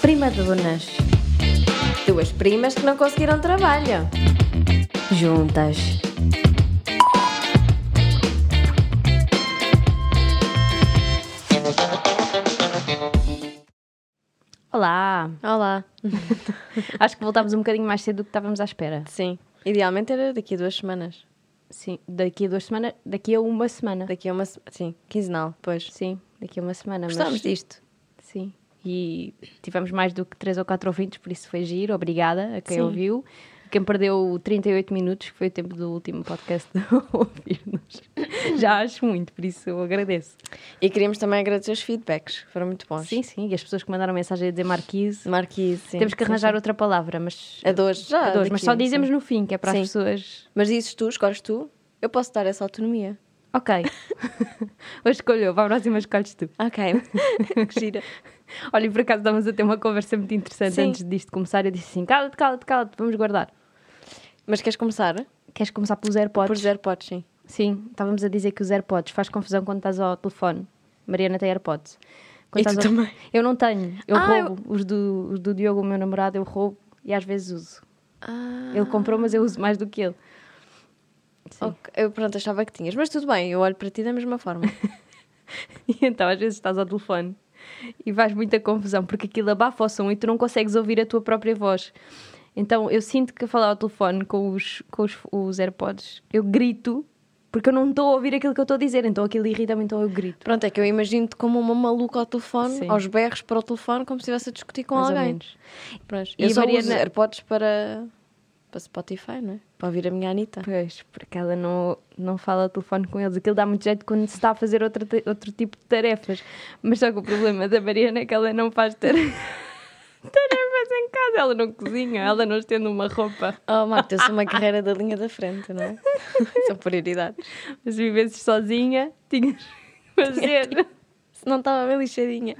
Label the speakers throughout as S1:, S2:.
S1: Prima Primadonas.
S2: Duas primas que não conseguiram trabalho.
S1: Juntas. Olá!
S2: Olá.
S1: Acho que voltámos um bocadinho mais cedo do que estávamos à espera.
S2: Sim. Idealmente era daqui a duas semanas.
S1: Sim, daqui a duas semanas, daqui a uma semana.
S2: Daqui a uma. se- Sim, quinzenal, pois.
S1: Sim, daqui a uma semana. mas-
S2: Gostámos disto.
S1: Sim. E tivemos mais do que três ou quatro ouvintes, por isso foi giro. Obrigada a quem
S2: Sim.
S1: ouviu. Quem perdeu 38 minutos, que foi o tempo do último podcast de ouvir-nos, já acho muito, por isso eu agradeço.
S2: E queríamos também agradecer os feedbacks, que foram muito bons.
S1: Sim, sim, e as pessoas que mandaram mensagem a dizer Marquise.
S2: Marquise, sim.
S1: Temos que arranjar outra palavra, mas.
S2: A dois, já.
S1: a dois, mas
S2: daqui,
S1: só dizemos
S2: sim.
S1: no fim, que é para
S2: Sim.
S1: as pessoas.
S2: Mas dizes tu, escolhes tu, eu posso dar essa autonomia.
S1: Ok. Hoje escolheu, para a próxima escolhes tu.
S2: Ok. que gira.
S1: Olha, e por acaso estávamos a ter uma conversa muito interessante
S2: Sim.
S1: antes disto começar. Eu disse assim: cala-te, cala-te, cala-te, vamos guardar.
S2: Mas queres começar?
S1: Queres começar pelos AirPods?
S2: Por zero podes, sim.
S1: Sim, estávamos a dizer que os AirPods faz confusão quando estás ao telefone. Mariana tem AirPods.
S2: E tu
S1: estás
S2: também?
S1: Eu não tenho. Eu
S2: Ah,
S1: roubo. Os, do, os do Diogo, o meu namorado, eu roubo e às vezes uso.
S2: Ah,
S1: Ele comprou, mas eu uso mais do que ele.
S2: Ok, Eu, pronto, achava que tinhas. Mas tudo bem, eu olho para ti da mesma forma.
S1: E então às vezes estás ao telefone e vais muita confusão, porque aquilo abafa o som e tu não consegues ouvir a tua própria voz. Então eu sinto que a falar ao telefone com os, com os, os AirPods, eu grito, porque eu não estou a ouvir aquilo que eu estou a dizer, então aquilo irrita-me, então eu grito.
S2: Pronto, é que eu imagino-te como uma maluca ao telefone,
S1: Sim.
S2: aos berros para o telefone, como se estivesse a discutir com
S1: Mais ou
S2: alguém.
S1: menos.
S2: Pronto.
S1: E
S2: eu
S1: a
S2: só
S1: Mariana-
S2: uso AirPods para, para Spotify, não é? Para ouvir a minha Anitta.
S1: Pois, porque ela não, não fala ao telefone com eles. Aquilo dá muito jeito quando se está a fazer outra, ta- outro tipo de tarefas. Mas só que o problema da Mariana é que ela não faz tare- tarefas em casa. Ela não cozinha, ela não estende uma roupa.
S2: Oh, Marta, eu sou uma carreira da linha da frente, não é? São prioridades.
S1: Mas vivesses sozinha, tinhas que fazer.
S2: Se não estava bem lixadinha.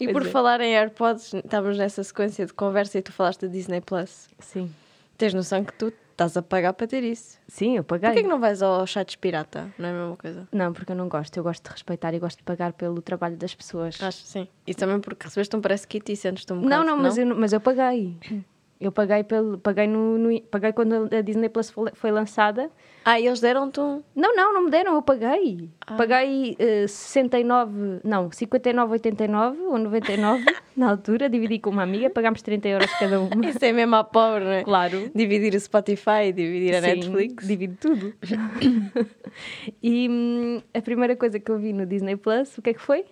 S2: E
S1: Pois
S2: por
S1: é.
S2: falar em AirPods, estávamos nessa sequência de conversa e tu falaste da Disney Plus.
S1: Sim.
S2: Tens noção que tu estás a pagar para ter isso.
S1: Sim, eu paguei.
S2: Porquê que não vais ao chats pirata? Não é a mesma coisa?
S1: Não, porque eu não gosto. Eu gosto de respeitar e gosto de pagar pelo trabalho das pessoas.
S2: Acho que sim. E também porque recebeste um press kit e sentes-te um bocado.
S1: Não, não, mas, Eu, mas eu paguei. Eu paguei, pelo, paguei, no, no- paguei quando a Disney Plus foi- foi lançada.
S2: Ah, e eles deram-te um.
S1: Não, não, não me deram, eu paguei.
S2: Ah.
S1: Paguei eh, 69, não, 59,89 ou 99 na altura, dividi com uma amiga, pagámos 30 euros cada uma.
S2: Isso é mesmo à pobre, não é?
S1: Claro.
S2: Dividir o Spotify, dividir a
S1: Sim,
S2: Netflix.
S1: Divido tudo. e hum, a primeira coisa que eu vi no Disney Plus, o que é que foi?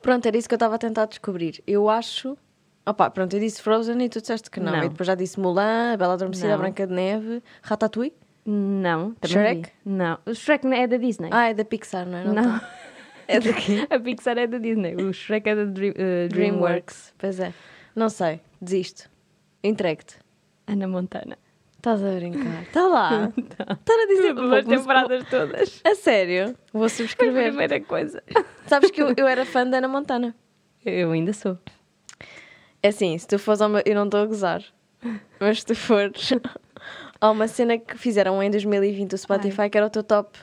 S2: Pronto, era isso que eu estava a tentar descobrir. Eu acho. Opa, pronto, eu disse Frozen e tu disseste que não.
S1: Não.
S2: E depois já disse Mulan, a Bela Adormecida, a
S1: Não.
S2: Branca de Neve, Ratatouille.
S1: Não, também
S2: Shrek?
S1: vi. Não, o Shrek não é da Disney.
S2: Ah, é da Pixar, não é?
S1: não.
S2: tá. É da quê?
S1: a Pixar é da Disney, o Shrek é da Dream- eh, DreamWorks.
S2: Dreamworks. Pois é. Não sei, desisto. Entregue-te.
S1: Ana Montana.
S2: Estás a brincar. Está lá.
S1: Tá.
S2: Tá Está a dizer
S1: As
S2: Mas-
S1: temporadas todas.
S2: A sério. Vou
S1: Foi a
S2: subscrever.
S1: primeira coisa.
S2: Sabes que eu, eu era fã da Ana Montana.
S1: Eu ainda sou.
S2: É assim, se tu fores a uma. Eu não estou a gozar, mas se tu fores. Há uma cena que fizeram em 2020 o Spotify que era o teu top.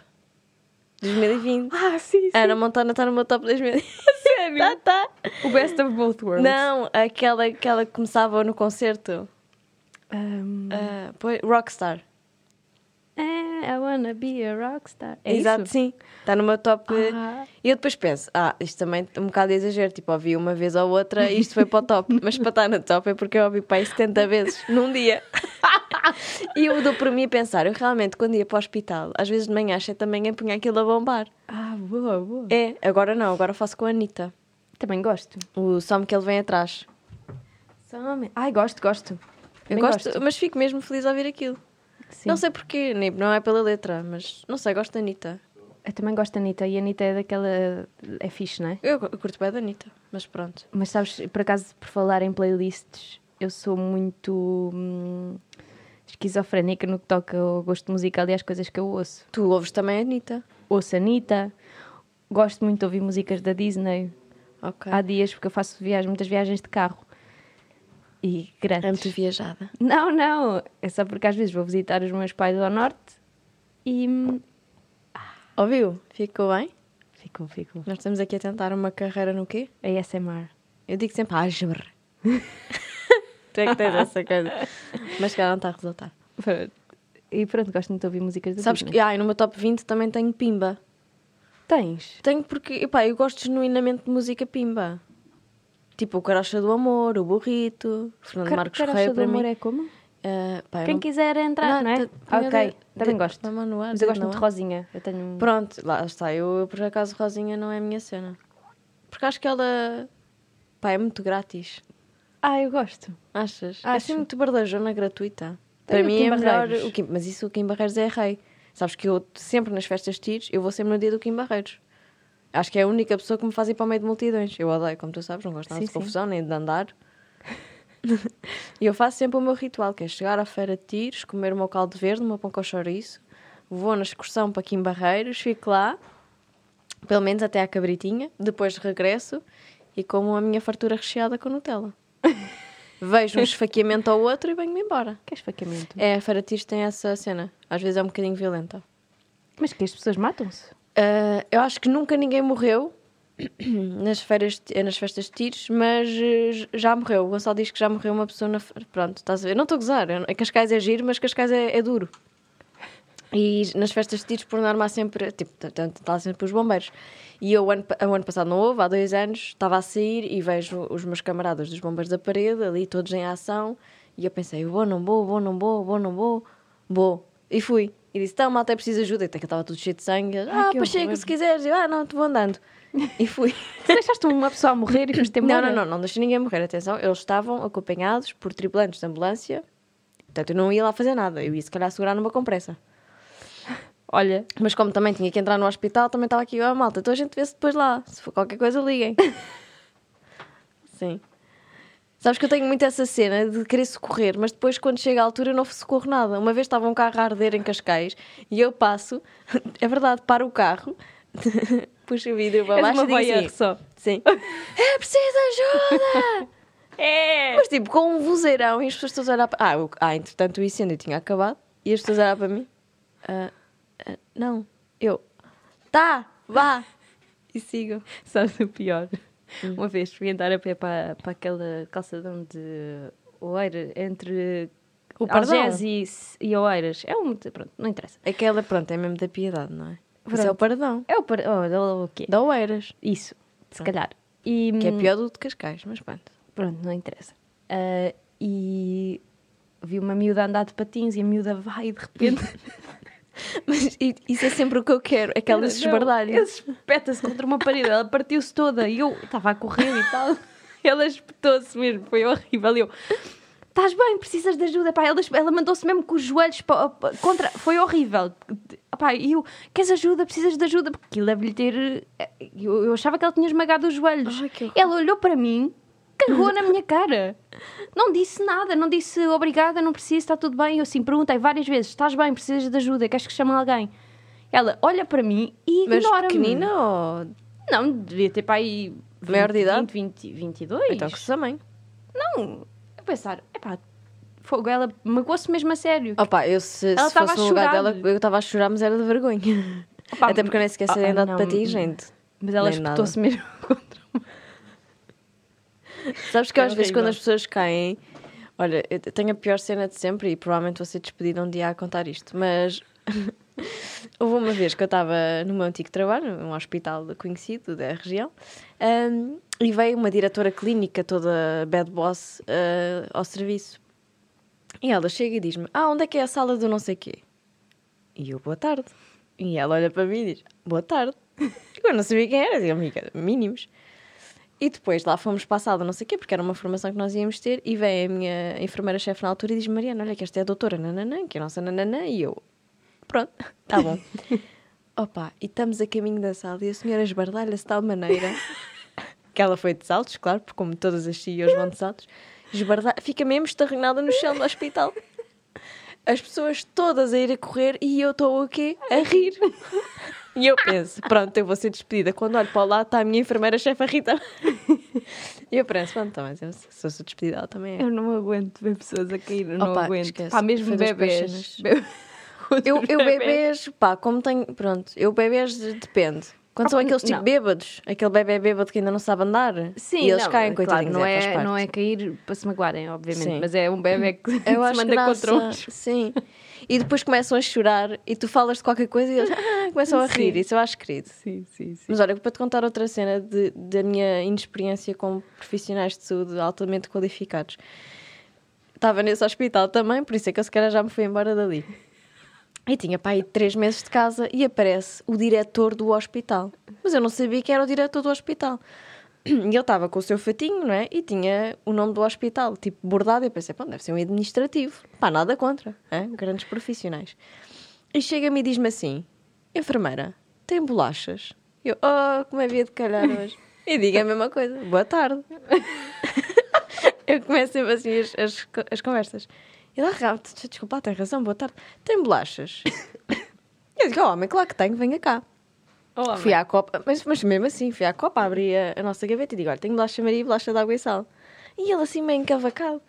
S2: 2020.
S1: Ah, sim, sim.
S2: Ana Montana está no meu top 2020.
S1: sério.
S2: Tá, tá.
S1: O best of both worlds.
S2: Não, aquela, aquela que começava no concerto.
S1: Um,
S2: Ah, pois, rockstar.
S1: eh, I wanna be a rockstar. É
S2: Exato,
S1: isso?
S2: sim. Está no meu top.
S1: Ah.
S2: E eu depois penso, ah, isto também é um bocado de exagero. Tipo, ouvi uma vez ou outra e isto foi para o top. Mas para estar no top é porque eu ouvi para aí 70 vezes num dia. e eu dou por mim a pensar, eu realmente, quando ia para o hospital, às vezes de manhã achei também a punha aquilo a bombar.
S1: Ah, boa, boa.
S2: É, agora não, agora faço com a Anitta.
S1: Também gosto.
S2: O som que ele vem atrás.
S1: Some- Ai, gosto, gosto.
S2: Eu
S1: Também
S2: gosto, mas fico mesmo feliz a ouvir aquilo.
S1: Sim.
S2: Não sei porquê, nem- não é pela letra, mas não sei, gosto da Anitta.
S1: Eu também gosto da Anitta. E a Anitta é daquela... É fixe, não é?
S2: Eu, eu curto bem da Anitta, mas pronto.
S1: Mas sabes, por acaso, por falar em playlists, eu sou muito hum, esquizofrénica no que toca ao gosto musical e às coisas que eu ouço.
S2: Tu ouves também a Anitta.
S1: Ouço a Anitta, gosto muito de ouvir músicas da Disney.
S2: Ok.
S1: Há dias, porque eu faço viagens, muitas viagens de carro. E grandes.
S2: É muito viajada.
S1: Não, não. É só porque às vezes vou visitar os meus pais ao norte E hum,
S2: Ouviu? Ficou bem?
S1: ficou, ficou.
S2: Nós estamos aqui a tentar uma carreira no quê?
S1: ASMR.
S2: Eu digo sempre álgebra. tu é que tens essa coisa. Mas que ela não está a resultar.
S1: Pronto. E pronto, gosto muito de ouvir músicas da
S2: Sabes que,
S1: Disney.
S2: ah, e no meu top 20 também tenho Pimba.
S1: Tens.
S2: Tenho porque, epá, eu gosto genuinamente de música Pimba. Tipo o Carocha do Amor, o Burrito, Fernando
S1: Car-
S2: Marcos
S1: Carocha
S2: Correia
S1: do
S2: para
S1: amor
S2: mim.
S1: é como?
S2: Ah, pá, eu
S1: Quem
S2: não-
S1: quiser entrar, não, é?
S2: tá-
S1: Ah, ok,
S2: de-
S1: também
S2: de-
S1: gosto.
S2: da mão no ar,
S1: Mas
S2: de-
S1: eu gosto
S2: não é?
S1: muito de
S2: há.
S1: Rosinha. Eu tenho um-
S2: então. Pronto, lá está. Eu, eu, por acaso, Rosinha não é a minha cena. Porque acho que ela. pá, é muito grátis.
S1: Ah, eu gosto.
S2: Achas? É
S1: Acho.
S2: assim muito bardajona gratuita.
S1: Tem
S2: Para
S1: o
S2: mim
S1: Kim
S2: é melhor.
S1: Barreiros.
S2: O Kim, mas isso o Kim Barreiros é rei. Sabes que eu sempre nas festas de tiros, eu vou sempre no dia do Kim Barreiros. Acho que é a única pessoa que me faz ir para o meio de multidões. Eu odeio, como tu sabes, não gosto nada
S1: Sim,
S2: de
S1: sim.
S2: confusão, nem de andar. e eu faço sempre o meu ritual, que é chegar à feira de tiros, comer o meu caldo verde, o meu pão com chouriço, vou na excursão para Kim Barreiros, fico lá, pelo menos até à cabritinha, depois regresso e como a minha fartura recheada com Nutella. Vejo um esfaqueamento ao outro e venho-me embora.
S1: Que é esfaqueamento.
S2: É, a Feira de Tiros tem essa cena. Às vezes é um bocadinho violenta.
S1: Mas que as pessoas matam-se.
S2: Ah, eu acho que nunca ninguém morreu nas, feiras, de- eh, nas festas de tiros, mas eh, j- já morreu. O Gonçalo diz que já morreu uma pessoa na. fe- Pronto, estás a ver? Não estou a gozar. Eu não- Cascais é giro, mas Cascais é, é duro. E nas festas de tiros, por norma, há sempre. Tipo, está sempre os bombeiros. E eu, o ano, pa- o ano passado, não houve, há dois anos, estava a sair e vejo os meus camaradas dos bombeiros da parede, ali todos em ação. E eu pensei, vou, não vou, vou, não vou, vou, não vou, vou. E fui. E disse, então, malta, é preciso ajuda. Até que eu estava tudo cheio de sangue. Ah,
S1: que
S2: pois chega,
S1: horror.
S2: se quiseres. Eu, ah, não, te vou andando. E fui.
S1: Tu deixaste uma pessoa a morrer e foste
S2: não,
S1: embora?
S2: não, não, não deixei ninguém morrer. Atenção, eles estavam acompanhados por tripulantes de ambulância. Portanto, eu não ia lá fazer nada. Eu ia, se calhar, segurar numa compressa.
S1: Olha,
S2: Mas como também tinha que entrar no hospital, também estava aqui, ó malta, então a gente vê-se depois lá. Se for qualquer coisa, liguem. Sim. Sabes que eu tenho muito essa cena de querer socorrer, mas depois quando chega a altura eu não socorro nada. Uma vez estava um carro a arder em Cascais e eu passo, é verdade, paro o carro, puxo o vidro para
S1: és
S2: baixo
S1: uma
S2: e digo
S1: voyeur
S2: assim,
S1: só.
S2: Sim. É preciso ajuda!
S1: É!
S2: mas tipo, com um vozeirão e as pessoas todas a olhar para... Ah, eu- ah, entretanto o incêndio tinha acabado e as pessoas a olhar para mim. Ah, ah, não, eu... Tá, vá! E sigam.
S1: Sabes o pior?
S2: Hum.
S1: Uma vez fui andar a pé para, para aquela calçadão de Oeiras, entre
S2: O
S1: Algés e, e Oeiras. É um... Pronto, não interessa.
S2: Aquela, pronto, é mesmo da piedade, não é? Isso é o
S1: Pronto.
S2: pardão.
S1: É o... par- Olha lá o quê?
S2: Da Oeiras.
S1: Isso, se calhar. E,
S2: Que é pior do que Cascais, mas pronto.
S1: Pronto, não interessa. Ah, e vi uma miúda andar de patins e a miúda vai e de repente.
S2: Mas i- isso é sempre o que eu quero, é que ela se
S1: Não,
S2: esbardalhe.
S1: Ela espeta-se contra uma parede, ela partiu-se toda e eu estava a correr e tal. Ela espetou-se mesmo, foi horrível. E eu, estás bem, precisas de ajuda. Pá, ela ela mandou-se mesmo com os joelhos pa- pa- contra. Foi horrível. Pá, e eu, queres ajuda, precisas de ajuda. Porque aquilo deve-lhe ter. eh, Eu, eu achava que ela tinha esmagado os joelhos.
S2: Ai, que horror.
S1: ela olhou para mim. Cagou na minha cara. Não disse nada, não disse obrigada, não preciso, está tudo bem. Eu assim perguntei várias vezes: estás bem, precisas de ajuda, queres que chame alguém? Ela olha para mim e
S2: Mas
S1: ignora-me.
S2: pequenina ou...
S1: Não, devia ter para aí. 20,
S2: Maior de idade?
S1: 20, 20, 22.
S2: Então que se também.
S1: Não, a pensar, epá, fogo, ela magoou-se mesmo a sério.
S2: Opa, eu se,
S1: Ela
S2: se
S1: estava
S2: fosse
S1: a
S2: no lugar
S1: chorar.
S2: dela, eu estava a chorar, mas era de vergonha.
S1: Opa,
S2: Até porque eu nem sequer sei
S1: ah,
S2: andar de
S1: não.
S2: patins, gente.
S1: Mas ela
S2: nem nada.
S1: espetou-se mesmo contra uma.
S2: Sabes que
S1: É
S2: às vezes
S1: horrível.
S2: quando as pessoas caem. Olha, eu tenho a pior cena de sempre e provavelmente vou ser despedida um dia a contar isto, mas. Houve uma vez que eu estava no meu antigo trabalho, num hospital conhecido da região, ahm, e veio uma diretora clínica toda bad boss ah, ao serviço. E ela chega e diz-me: Ah, onde é que é a sala do não sei quê? E eu, boa tarde. E ela olha para mim e diz: Boa tarde. Eu não sabia quem era, dizia, amiga, mínimos. E depois lá fomos passada, não sei o quê, porque era uma formação que nós íamos ter, e vem a minha enfermeira-chefe na altura e diz: Mariana, olha que esta é a doutora Nananã, que é a nossa Nananã, e eu, pronto, tá bom. Opa, e estamos a caminho da sala e a senhora esbardalha-se de tal maneira que ela foi de saltos, claro, porque como todas as CEOs vão de saltos, esbardalha, fica mesmo estarrinhada no chão do hospital. As pessoas todas a ir a correr e eu estou aqui a rir. E eu penso, pronto, eu vou ser despedida. Quando olho para o lado, está a minha enfermeira-chefe a Rita. E eu penso, pronto, também, se eu sou despedida, ela também é.
S1: Eu não aguento ver pessoas a cair, eu não
S2: Opa,
S1: aguento.
S2: esquece.
S1: Pá, mesmo
S2: Foi das
S1: bebês.
S2: peças.
S1: Bebês. com
S2: Eu,
S1: os
S2: eu
S1: bebés.
S2: bebês, pá, como tenho. Pronto, eu bebês depende. Quando são
S1: Ah,
S2: aqueles tipo
S1: não.
S2: bêbados, aquele bebê bêbado que ainda não sabe andar,
S1: Sim,
S2: e eles
S1: não,
S2: caem,
S1: claro,
S2: coitadinhos,
S1: não
S2: é, faz
S1: é,
S2: parte.
S1: não é cair para se magoarem, obviamente,
S2: Sim.
S1: mas é um bebê que
S2: Eu
S1: se
S2: acho
S1: manda
S2: graça,
S1: contra outros.
S2: Sim. E depois começam a chorar e tu falas de qualquer coisa e eles "Ah", começam a
S1: Sim.
S2: rir. Isso eu acho querido.
S1: Sim, sim, sim.
S2: Mas olha, para te contar outra cena de- da minha inexperiência com profissionais de saúde altamente qualificados. Estava nesse hospital também, por isso é que eu sequer já me fui embora dali. E tinha pai três meses de casa e aparece o diretor do hospital. Mas eu não sabia que era o diretor do hospital. E ele estava com o seu fatinho, não é? E tinha o nome do hospital, tipo bordado. E eu pensei, pá, deve ser um administrativo. Pá, nada contra. hã? Grandes profissionais. E chega-me e diz-me assim: Enfermeira, tem bolachas? Eu, oh, como havia de calhar hoje. E digo a mesma coisa: Boa tarde. eu começo sempre assim as, as, co- as conversas. E lá, "Ah, desculpa, lá, tem razão, boa tarde. Tem bolachas? Eu digo: Oh, homem, claro que tenho, venha cá.
S1: Olá,
S2: Fui à Copa, mas, mas mesmo assim, fui à Copa, abri a, a nossa gaveta e digo: Olha, tenho bolacha Maria e bolacha de água e sal. E ele assim, meio encavacado: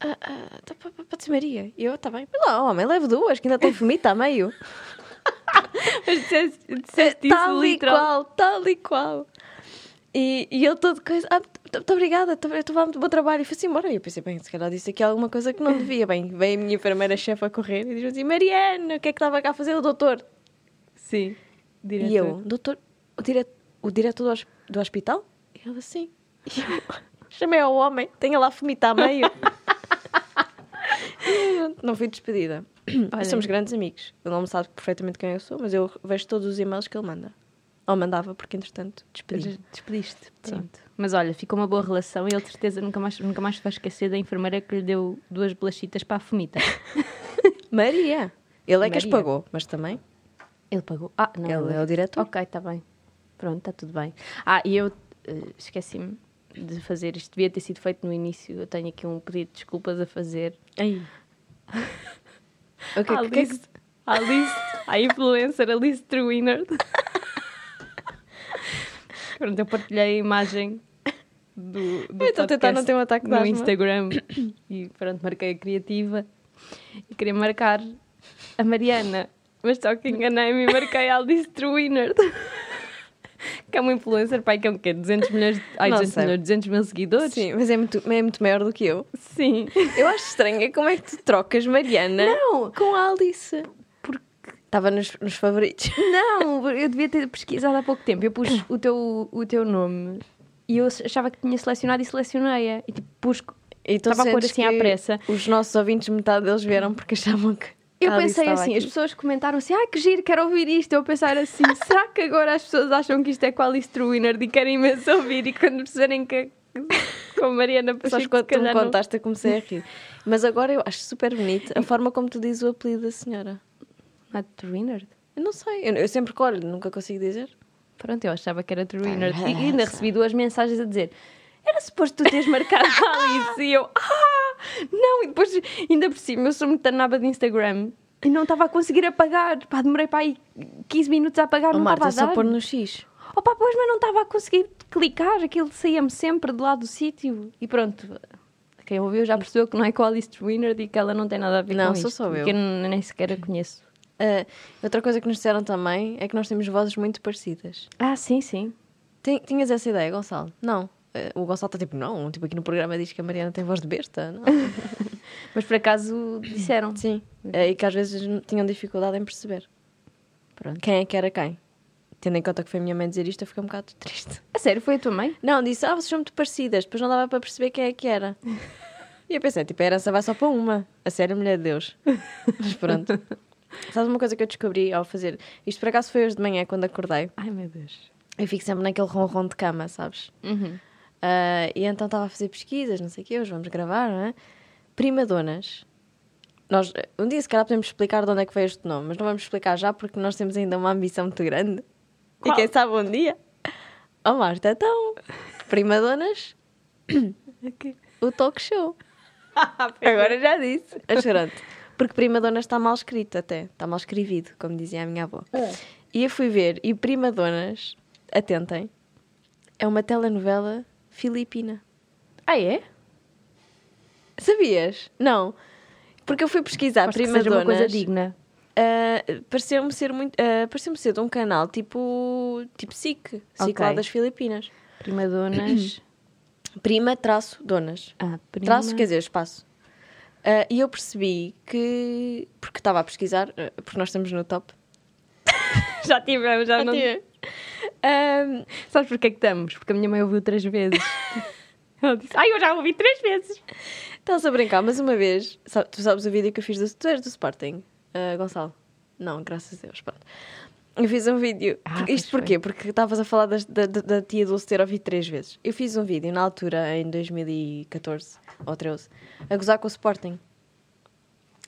S2: ah, ah, tá, pa- pa- Pode ser Maria? E eu, está bem. Mas lá, homem, leve duas, que ainda tem fomita a meio.
S1: mas disseste, disseste isso
S2: tal e
S1: Tipo, literal.
S2: qual, tal e qual. E, e ele todo coisa, ah, muito- muito obrigada, tu- tu vai muito bom trabalho. E foi assim embora. E eu pensei, bem, se calhar disse aqui alguma coisa que não devia. Bem, veio a minha enfermeira chefe a correr e diz assim: Mariana, o que é que estava cá a fazer o doutor?
S1: Sim. Diretor.
S2: E eu, doutor, o, dire, o diretor do, hos- do hospital? E ele assim. E eu, chamei ao homem, tenha lá vomitar a meio. E eu não fui despedida.
S1: Olha.
S2: Nós somos grandes amigos. Ele não sabe perfeitamente quem eu sou, mas eu vejo todos os e-mails que ele manda. Ou mandava, porque entretanto
S1: é-
S2: despedi.
S1: Despediste. Pronto. Mas olha, ficou uma boa relação e ele de certeza nunca mais, nunca mais se vai esquecer da enfermeira que lhe deu duas bolachitas para a fumita.
S2: Maria! Ele é que as
S1: Maria.
S2: pagou, mas também.
S1: Ele pagou. Ah, não.
S2: Ele é o diretor.
S1: Ok, está bem. Pronto, está tudo bem. Ah, e eu eh, esqueci-me de fazer isto. Devia ter sido feito no início. Eu tenho aqui um pedido de desculpas a fazer.
S2: Aí. O que,
S1: à
S2: o que é que-
S1: Liz, à Liz, à influencer, a Liz Truinard. Pronto, eu partilhei a imagem do, do
S2: Eu estou a tentar
S1: podcast
S2: não ter um ataque de
S1: no
S2: asma.
S1: Instagram e pronto, marquei a criativa e queria marcar a Mariana, mas só que enganei-me e marquei a Liz Truinard. Que é uma influencer, pai, que é um quê? 200 milhões, de, ai,
S2: Não
S1: 200
S2: sei.
S1: milhões, 200 mil seguidores?
S2: Sim, mas é muito, é muito maior do que eu.
S1: Sim.
S2: Eu acho estranho é como é que tu trocas Mariana
S1: Não.
S2: com a Alice.
S1: Porque
S2: Estava nos, nos favoritos.
S1: Não, eu devia ter pesquisado há pouco tempo. Eu pus o teu, o teu nome e eu achava que tinha selecionado e selecionei-a. E tipo, pus.
S2: E tu
S1: Estava a pôr
S2: sentes
S1: assim à
S2: que
S1: pressa.
S2: Os nossos ouvintes, metade deles vieram porque achavam que.
S1: Eu
S2: a Alice
S1: pensei
S2: estava
S1: assim, as
S2: aqui.
S1: pessoas comentaram assim, ah, que giro, quero ouvir isto. Eu a pensar assim, será que agora as pessoas acham que isto é com a Alice Truiner e querem imenso ouvir? E quando perceberem que com a Mariana
S2: Só
S1: Pacheco,
S2: quando
S1: se
S2: tu me
S1: calhar não-
S2: contaste, eu comecei a rir. Mas agora eu acho super bonito a forma como tu dizes o apelido da senhora.
S1: Ah, Truiner?
S2: Eu não sei, eu, eu sempre colho, nunca consigo dizer.
S1: Pronto, eu achava que era Truiner. E ainda recebi duas mensagens a dizer: Era suposto tu teres marcado a Alice. E eu, ah, não. E depois, ainda por cima, eu sou muito danada de Instagram e não estava a conseguir apagar. Pá, demorei para aí 15 minutos a apagar.
S2: Oh,
S1: não
S2: Marta, é só
S1: estava a Ah, dar.
S2: pôr no X.
S1: Oh, pá, pois, mas não estava a conseguir clicar. Aquilo saía-me sempre de lá do sítio. E pronto. Quem ouviu já percebeu que não é com a Alice Truiner e que ela não tem nada a ver
S2: Não,
S1: com
S2: sou
S1: isto.
S2: só eu.
S1: Que eu n- nem sequer a conheço.
S2: Ah, outra coisa que nos disseram também é que nós temos vozes muito parecidas.
S1: Ah, sim, sim.
S2: Tin- Tinhas essa ideia, Gonçalo? Não. Ah, o Gonçalo está tipo, não, tipo aqui no programa diz que a Mariana tem voz de besta. Não.
S1: Mas por acaso disseram.
S2: Sim, eh, e que às vezes n- tinham dificuldade em perceber
S1: Pronto.
S2: quem é que era quem. Tendo em conta que foi a minha mãe dizer isto, eu fiquei um bocado triste.
S1: A sério, foi a tua mãe?
S2: Não, disse, ah, vocês são muito parecidas, depois não dava para perceber quem é que era. E eu pensei, tipo, a herança vai só para uma. A sério, mulher de Deus. Mas pronto. Sabes uma coisa que eu descobri ao fazer? Isto por acaso foi hoje de manhã, quando acordei.
S1: Ai meu Deus.
S2: Eu fico sempre naquele ronron de cama, sabes?
S1: Uhum.
S2: Ah, e então estava a fazer pesquisas, não sei o quê, hoje vamos gravar, não é? Primadonas. Nós, eh, um dia, se calhar, podemos explicar de onde é que veio este nome, mas não vamos explicar já porque nós temos ainda uma ambição muito grande.
S1: Qual?
S2: E quem sabe um dia. Oh, Marta, então, Primadonas, o talk show.
S1: é.
S2: Agora já disse. Mas pronto. Porque Primadona está mal escrito até. Está mal escrevido, como dizia a minha avó. E eu fui ver. E Primadonas, atentem, é uma telenovela filipina.
S1: Ah, é?
S2: Sabias? Não. Porque eu fui pesquisar
S1: Aposto que
S2: Primadonas.
S1: seja uma coisa digna.
S2: Uh, pareceu-me ser muito. Uh, pareceu-me ser de um canal tipo. tipo SIC, SIC lá
S1: Ok.
S2: das Filipinas.
S1: Prima Donas.
S2: Prima traço donas.
S1: Ah, prima.
S2: Traço quer dizer espaço. Ah, e eu percebi que. porque estava a pesquisar, ah, porque nós estamos no top.
S1: Já tivemos, já, não.
S2: Ahm,
S1: Sabes porquê que estamos? Porque a minha mãe ouviu três vezes. Ela disse: Ai, eu já ouvi três vezes.
S2: Estás a brincar, mas uma vez, sabe- tu sabes o vídeo que eu fiz do, tu eras do Sporting, ah, Gonçalo? Não, graças a Deus, pronto. Eu fiz um vídeo.
S1: Ah,
S2: Por-
S1: pois
S2: isto porquê? Porque estavas a falar das- da, da, da tia Dulce ter ouvido três vezes. Eu fiz um vídeo na altura, em 2014 ou 13, a gozar com o Sporting.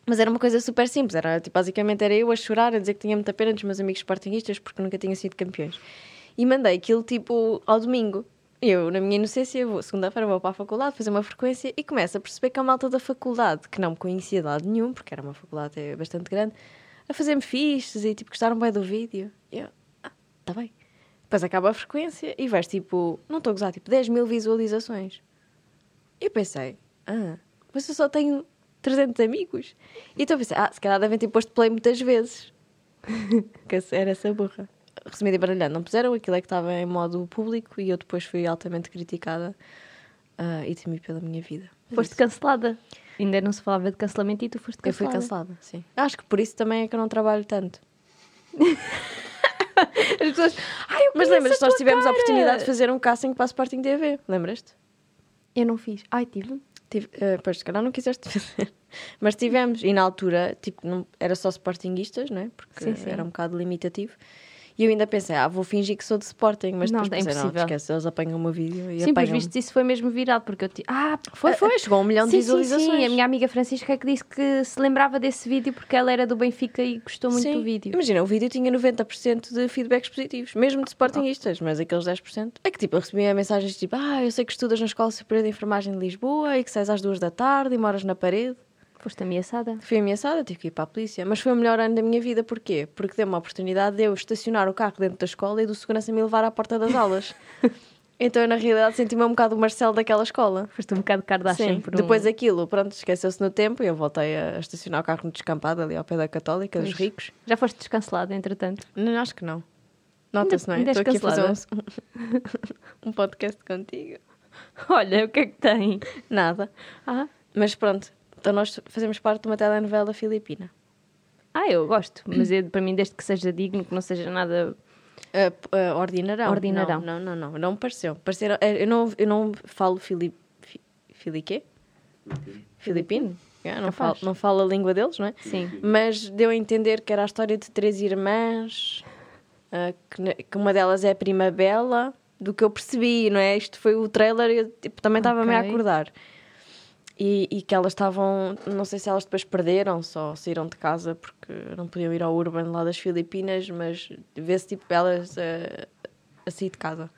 S2: Mas era uma coisa super simples, era tipo, basicamente era eu a chorar, a dizer que tinha muita pena dos meus amigos sportinguistas porque nunca tinha sido campeões. E mandei aquilo tipo ao domingo. Eu, na minha inocência, vou segunda-feira vou para a faculdade fazer uma frequência e começo a perceber que a malta da faculdade, que não me conhecia de lado nenhum, porque era uma faculdade até bastante grande, a fazer-me fixes e tipo gostaram bem do vídeo. E eu, ah, tá bem. Depois acaba a frequência e vais tipo, não estou a gozar, tipo 10 mil visualizações. Eu pensei, ah, mas eu só tenho 300 amigos. E então pensei, ah, se calhar devem ter posto play muitas vezes. que essa- era essa burra. Resumindo e baralhando, não puseram, aquilo é que estava em modo público e eu depois fui altamente criticada ah, e temi pela minha vida.
S1: Foste cancelada. Ainda não se falava de cancelamento e tu foste
S2: Eu fui
S1: cancelada.
S2: cancelada, sim. Acho que por isso também é que eu não trabalho tanto.
S1: As pessoas. Ai, eu
S2: Mas
S1: conheço
S2: lembras-te,
S1: a
S2: nós
S1: tua
S2: tivemos a
S1: cara."
S2: oportunidade de fazer um casting para a Sporting TV, lembras-te?
S1: Eu não fiz. Ai, tive.
S2: Tive, eh, pois, se calhar não quiseste fazer. Mas tivemos. E na altura, tipo, não, era só sportinguistas, não é? Porque
S1: Sim, sim.
S2: era um bocado limitativo. E eu ainda pensei, ah, vou fingir que sou de Sporting, mas
S1: Não,
S2: depois
S1: é
S2: pensei, não,
S1: impossível.
S2: esquece, eles apanham o meu vídeo e
S1: Sim, pelos
S2: apanham
S1: vistos isso foi mesmo viral, porque eu. Ti... Ah,
S2: Foi,
S1: a-
S2: foi, chegou a um milhão de
S1: Sim, sim,
S2: visualizações.
S1: Sim, a minha amiga Francisca é que disse que se lembrava desse vídeo porque ela era do Benfica e gostou muito
S2: Sim.
S1: do vídeo.
S2: Imagina, o vídeo tinha 90% de feedbacks positivos, mesmo de sportinguistas, mas aqueles 10%. É que tipo, eu recebia mensagens tipo, ah, eu sei que estudas na Escola Superior de Enfermagem de Lisboa e que sais às duas da tarde e moras na parede.
S1: Foste ameaçada.
S2: Fui ameaçada, tive que ir para a polícia. Mas foi o melhor ano da minha vida, porquê? Porque deu-me a oportunidade de eu estacionar o carro dentro da escola e do segurança me levar à porta das aulas. então eu, na realidade, senti-me um bocado o Marcelo daquela escola.
S1: Foste um bocado Kardashian
S2: Sim.
S1: por um...
S2: Depois aquilo, pronto, esqueceu-se no tempo e eu voltei a estacionar o carro no descampado ali ao pé da Católica, dos
S1: Pois.
S2: ricos.
S1: Já foste descancelada, entretanto.
S2: Não, acho que não. Nota-se, não é?
S1: Ainda-
S2: Estou
S1: ainda
S2: aqui a
S1: és
S2: fazer um, um podcast contigo.
S1: Olha, o que é que tem?
S2: Nada.
S1: Ah,
S2: Mas pronto, então nós fazemos parte de uma telenovela filipina.
S1: ah eu gosto, mas eu, para mim, desde que seja digno, que não seja nada.
S2: Ah, p- ah, ordinarão.
S1: Ordinarão.
S2: Não, não, não, não, não me pareceu. Pareceram, eh, eu, não, eu não falo fili, fi, fili quê? Filipino. Yeah, não, falo,
S1: Capaz.
S2: não falo a língua deles, não é?
S1: Sim.
S2: Mas deu a entender que era a história de três irmãs, ah, que, ne- que uma delas é a prima Bela, do que eu percebi, não é? Isto foi o trailer, eu tipo, também estava me a
S1: Ok.
S2: acordar. E, e que elas estavam, não sei se elas depois perderam, só saíram de casa porque não podiam ir ao Urban lá das Filipinas, mas vê-se tipo elas ah, a sair de casa.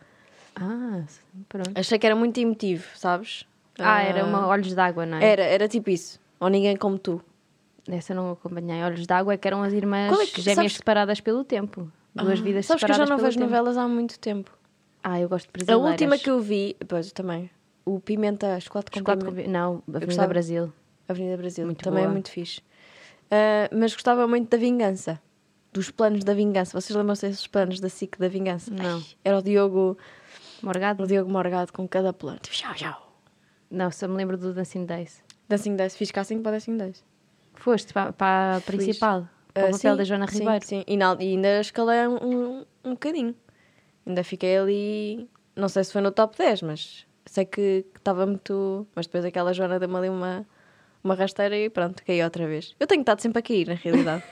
S1: Ah, sim, pronto.
S2: Achei que era muito emotivo, sabes?
S1: Ah, era uma Olhos d'Água, não é?
S2: Era, era tipo isso. Ou ninguém como tu.
S1: Essa eu não acompanhei. Olhos d'Água é que Ah, eram as irmãs
S2: Qual é que-
S1: gêmeas
S2: sabes-
S1: separadas pelo tempo. Duas vidas
S2: Sabes que eu
S1: separadas
S2: já não
S1: pelo
S2: vejo
S1: tempo.
S2: novelas há muito tempo.
S1: Ah, eu gosto de
S2: A
S1: brasileiras.
S2: última que eu vi, pois eu também, o Pimenta Chocolate com
S1: Chocolate com
S2: Pimenta,
S1: vi- Não, Avenida
S2: gostava.
S1: Brasil.
S2: Avenida Brasil,
S1: Muito
S2: também
S1: boa.
S2: é muito fixe. Ah, mas gostava muito da vingança, dos planos da vingança. Vocês lembram-se desses planos da SIC da vingança?
S1: Não.
S2: Ai, era o Diogo,
S1: Morgado?
S2: o Diogo Morgado com cada plano. Tipo, tchau, tchau.
S1: Não, só me lembro do Dancing Days.
S2: Dancing 10, fiz cá 5 para Dancing 10.
S1: Foste para, para a principal, para o papel da Joana
S2: Ah, sim,
S1: Ribeiro.
S2: Sim, E, na- e ainda escalei um, um, um bocadinho. Ainda fiquei ali, não sei se foi no top 10, mas sei que que estava muito. Mas depois aquela Joana deu-me ali uma, uma rasteira e pronto, caí outra vez. Eu tenho estado sempre a cair, na realidade.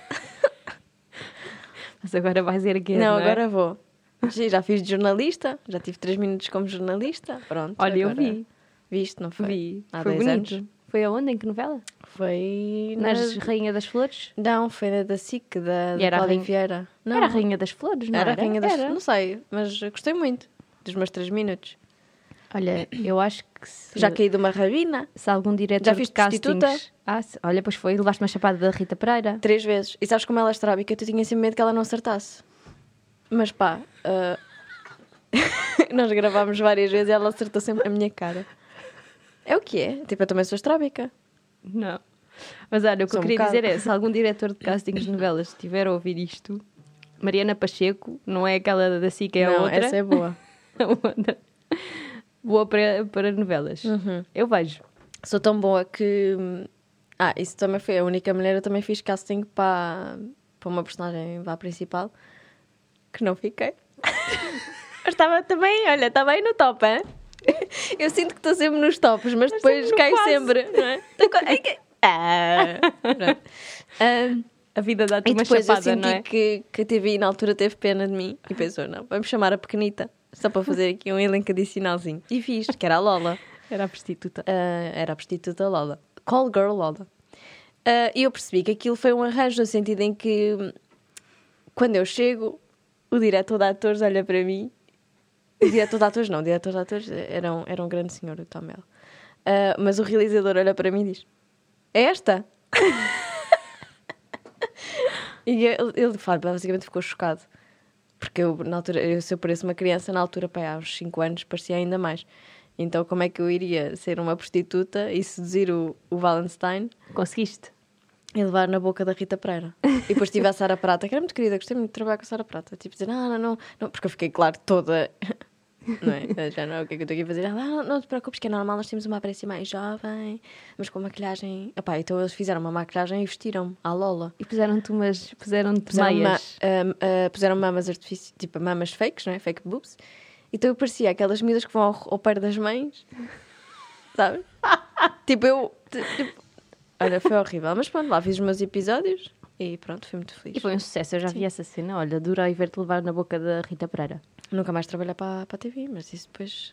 S1: Mas agora vais dizer que
S2: não, agora vou. Sim, Já fiz de jornalista, já tive 3 minutos como jornalista. Pronto.
S1: Olha, eu
S2: agora-
S1: vi.
S2: Viste, não foi?
S1: Vi.
S2: Há
S1: Foi
S2: 10
S1: bonito.
S2: anos.
S1: Foi aonde? Em que novela?
S2: Foi.
S1: Nas
S2: na-
S1: Rainha das Flores?
S2: Não, foi na da SIC, da,
S1: E
S2: da
S1: era a
S2: Cláudia
S1: rainha-
S2: Vieira. Não.
S1: Era a Rainha das Flores, não
S2: era
S1: era?
S2: a rainha das
S1: Era.
S2: Não sei, mas gostei muito dos meus 3 minutos.
S1: Olha, eu acho que se,
S2: Já caí de uma rabina
S1: se algum diretor
S2: Já fiz
S1: de castings...
S2: prostituta?
S1: Ah, se- olha, pois foi, levaste uma chapada da Rita Pereira.
S2: três vezes. E sabes como ela é estrábica? Eu tinha sempre medo que ela não acertasse. Mas pá, ah, nós gravámos várias vezes e ela acertou sempre a minha cara. É o que é. Tipo, eu também sou estrábica.
S1: Não. Mas olha, o que
S2: Só
S1: eu
S2: um
S1: queria
S2: bocado.
S1: dizer é: se algum diretor de castings de novelas estiver a ouvir isto, Mariana Pacheco, não é aquela da SIC, é a
S2: não,
S1: outra.
S2: essa é boa.
S1: a outra. Boa para, para novelas. Eu vejo.
S2: Sou tão boa que. Ah, isso também foi a única mulher. Eu também fiz casting para, para uma personagem vá principal que não fiquei. Mas estava também, olha, estava aí no top, hein? Eu sinto que estou sempre nos tops, mas depois
S1: sempre no
S2: caio
S1: quase, Então,
S2: sempre, não é? Tô co- Ai, que- Ah, pronto. Ah,
S1: A vida dá-te
S2: e
S1: uma
S2: depois
S1: chapada,
S2: eu senti
S1: não é?
S2: que, que a TVI na altura teve pena de mim e pensou: não, vamos chamar a pequenita, só para fazer aqui um elenco adicionalzinho. E fiz, que era a Lola.
S1: Era a prostituta.
S2: Ah, era a prostituta Lola. Call Girl Lola. Ah, E eu percebi que aquilo foi um arranjo no sentido em que hum, quando eu chego, o diretor de atores olha para mim. O diretor de atores não, o diretor de atores era um, era um grande senhor, o Tom Mel. Ah, mas o realizador olha para mim e diz: É esta? e é, ele, ele fala, basicamente ficou chocado. Porque eu, na altura, eu, se eu pareço uma criança, na altura, pá, há uns 5 anos, parecia ainda mais. Então, como é que eu iria ser uma prostituta e seduzir o, o Valenstein
S1: Conseguiste?
S2: e levar na boca da Rita Pereira? E depois tive a Sara Prata, que era muito querida, gostei muito de trabalhar com a Sara Prata. Tipo, dizer, não, não, não, não, porque eu fiquei, claro, toda. Não é? Já não é o que é que eu estou aqui a fazer. Ela, Ah, não, não te preocupes, que é normal, nós temos uma aparência mais jovem, mas com maquilhagem. Epá, então eles fizeram uma maquilhagem e vestiram-me à Lola.
S1: E puseram-te umas. Puseram-te
S2: Puseram, ma
S1: meias.
S2: ah, ah, puseram mamas artificiais, tipo mamas fakes, não é? Fake boobs. Então eu parecia aquelas miúdas que vão ao, ao par das mães, sabe? tipo, eu. t- tipo- Olha, foi horrível. Mas pronto, lá fiz os meus episódios e pronto, fui muito feliz.
S1: E foi um sucesso, eu já vi essa cena. Olha, adorei ver-te levar na boca da Rita Pereira.
S2: Nunca mais trabalhar para, para a TV, mas isso depois,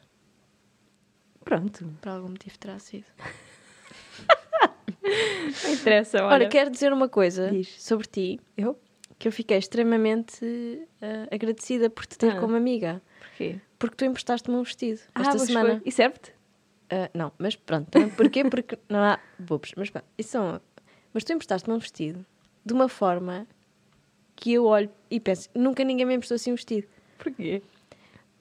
S1: Pronto.
S2: por algum motivo, terá sido.
S1: Não interessa, olha.
S2: Ora, quero dizer uma coisa
S1: Diz.
S2: sobre ti,
S1: Eu?
S2: que eu fiquei extremamente ah, agradecida por te ter
S1: Ah.
S2: como amiga.
S1: Porquê?
S2: Porque tu emprestaste-me um vestido
S1: Ah,
S2: esta
S1: pois
S2: semana.
S1: foi. E serve-te?
S2: Ah, não, mas pronto. também Porquê? Porque não há bobos. Mas pronto, isso são... Mas tu emprestaste-me um vestido de uma forma que eu olho e penso, nunca ninguém me emprestou assim um vestido.
S1: Porquê?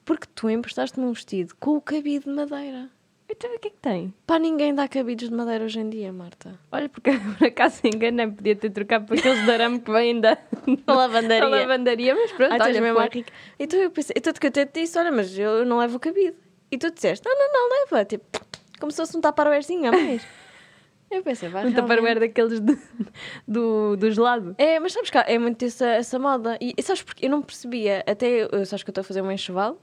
S2: Porque tu emprestaste-me um vestido com o cabido de madeira.
S1: Então o que é que tem?
S2: Pá, ninguém dá cabidos de madeira hoje em dia, Marta.
S1: Olha, porque por acaso enganei, podia ter trocado para aqueles de arame que vêm da
S2: A
S1: da
S2: lavandaria.
S1: lavandaria, Ah, mas pronto,
S2: Ai, tu és
S1: olha,
S2: mesmo
S1: foi.
S2: a rica. Então eu pensei, então que eu até te disse, olha, mas eu não levo o cabido. E tu disseste, não, não, não, leva. Tipo, como se fosse um taparoeirzinho a mais. Eu pensei, vai
S1: um taparware daqueles de- do, do gelado.
S2: É, mas sabes que é muito essa, essa moda. E, e sabes porque eu não percebia, até eu, eu sabes que eu estou a fazer um enxoval,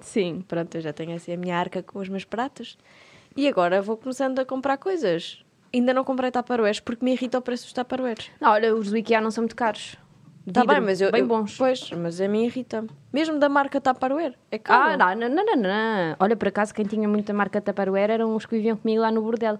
S1: Sim.
S2: pronto, eu já tenho assim a minha arca com os meus pratos. E agora vou começando a comprar coisas. Ainda não comprei taparoeiros porque me irrita o preço dos taparoeiros.
S1: Não, olha, os do IKEA não são muito caros.
S2: Está
S1: Vidro,
S2: Tá bem, mas eu.
S1: Tá Bem
S2: eu-
S1: bons.
S2: Pois, mas a mim irrita-me. Mesmo da marca taparoeiro, é caro.
S1: Ah, não, não, não, não, não. Olha, por acaso, quem tinha muita marca Tupperware eram os que viviam comigo lá no bordel.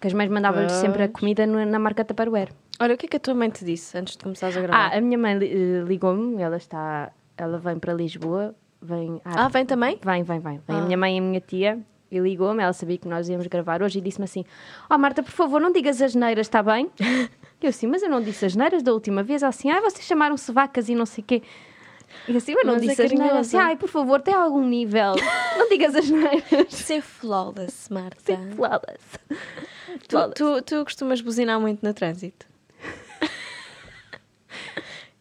S1: Que as mães mandavam-lhes sempre a comida no- na marca Tupperware.
S2: Olha, o que é que a tua mãe te disse antes de começares a gravar?
S1: Ah, a minha mãe li- eh, ligou-me, ela está... Ela vem para Lisboa, vem...
S2: Ah, vem também?
S1: Vem, vem, vem.
S2: Ah.
S1: Vem A minha mãe e a minha tia e ligou-me, ela sabia que nós íamos gravar hoje e disse-me assim: Ó Marta, por favor, não digas as neiras, está bem? E eu assim, mas eu não disse as neiras da última vez. Ela assim, ai, vocês chamaram-se vacas e não sei o quê. E eu assim, eu não
S2: Mas é
S1: disse as neiras.
S2: carinhosa.
S1: Assim, ai, por favor, tem algum nível. Não digas as neiras.
S2: Ser é flawless, Marta.
S1: Flawless.
S2: Tu, tu, tu costumas buzinar muito no trânsito.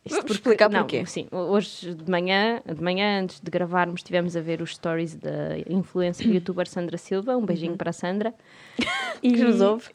S2: Vamos
S1: Porque-
S2: explicar
S1: não,
S2: porquê.
S1: Sim, hoje de manhã, de manhã, antes de gravarmos, estivemos a ver os stories da influencer e youtuber Sandra Silva. Um beijinho para a Sandra. E-
S2: Uhum. Que nos ouve.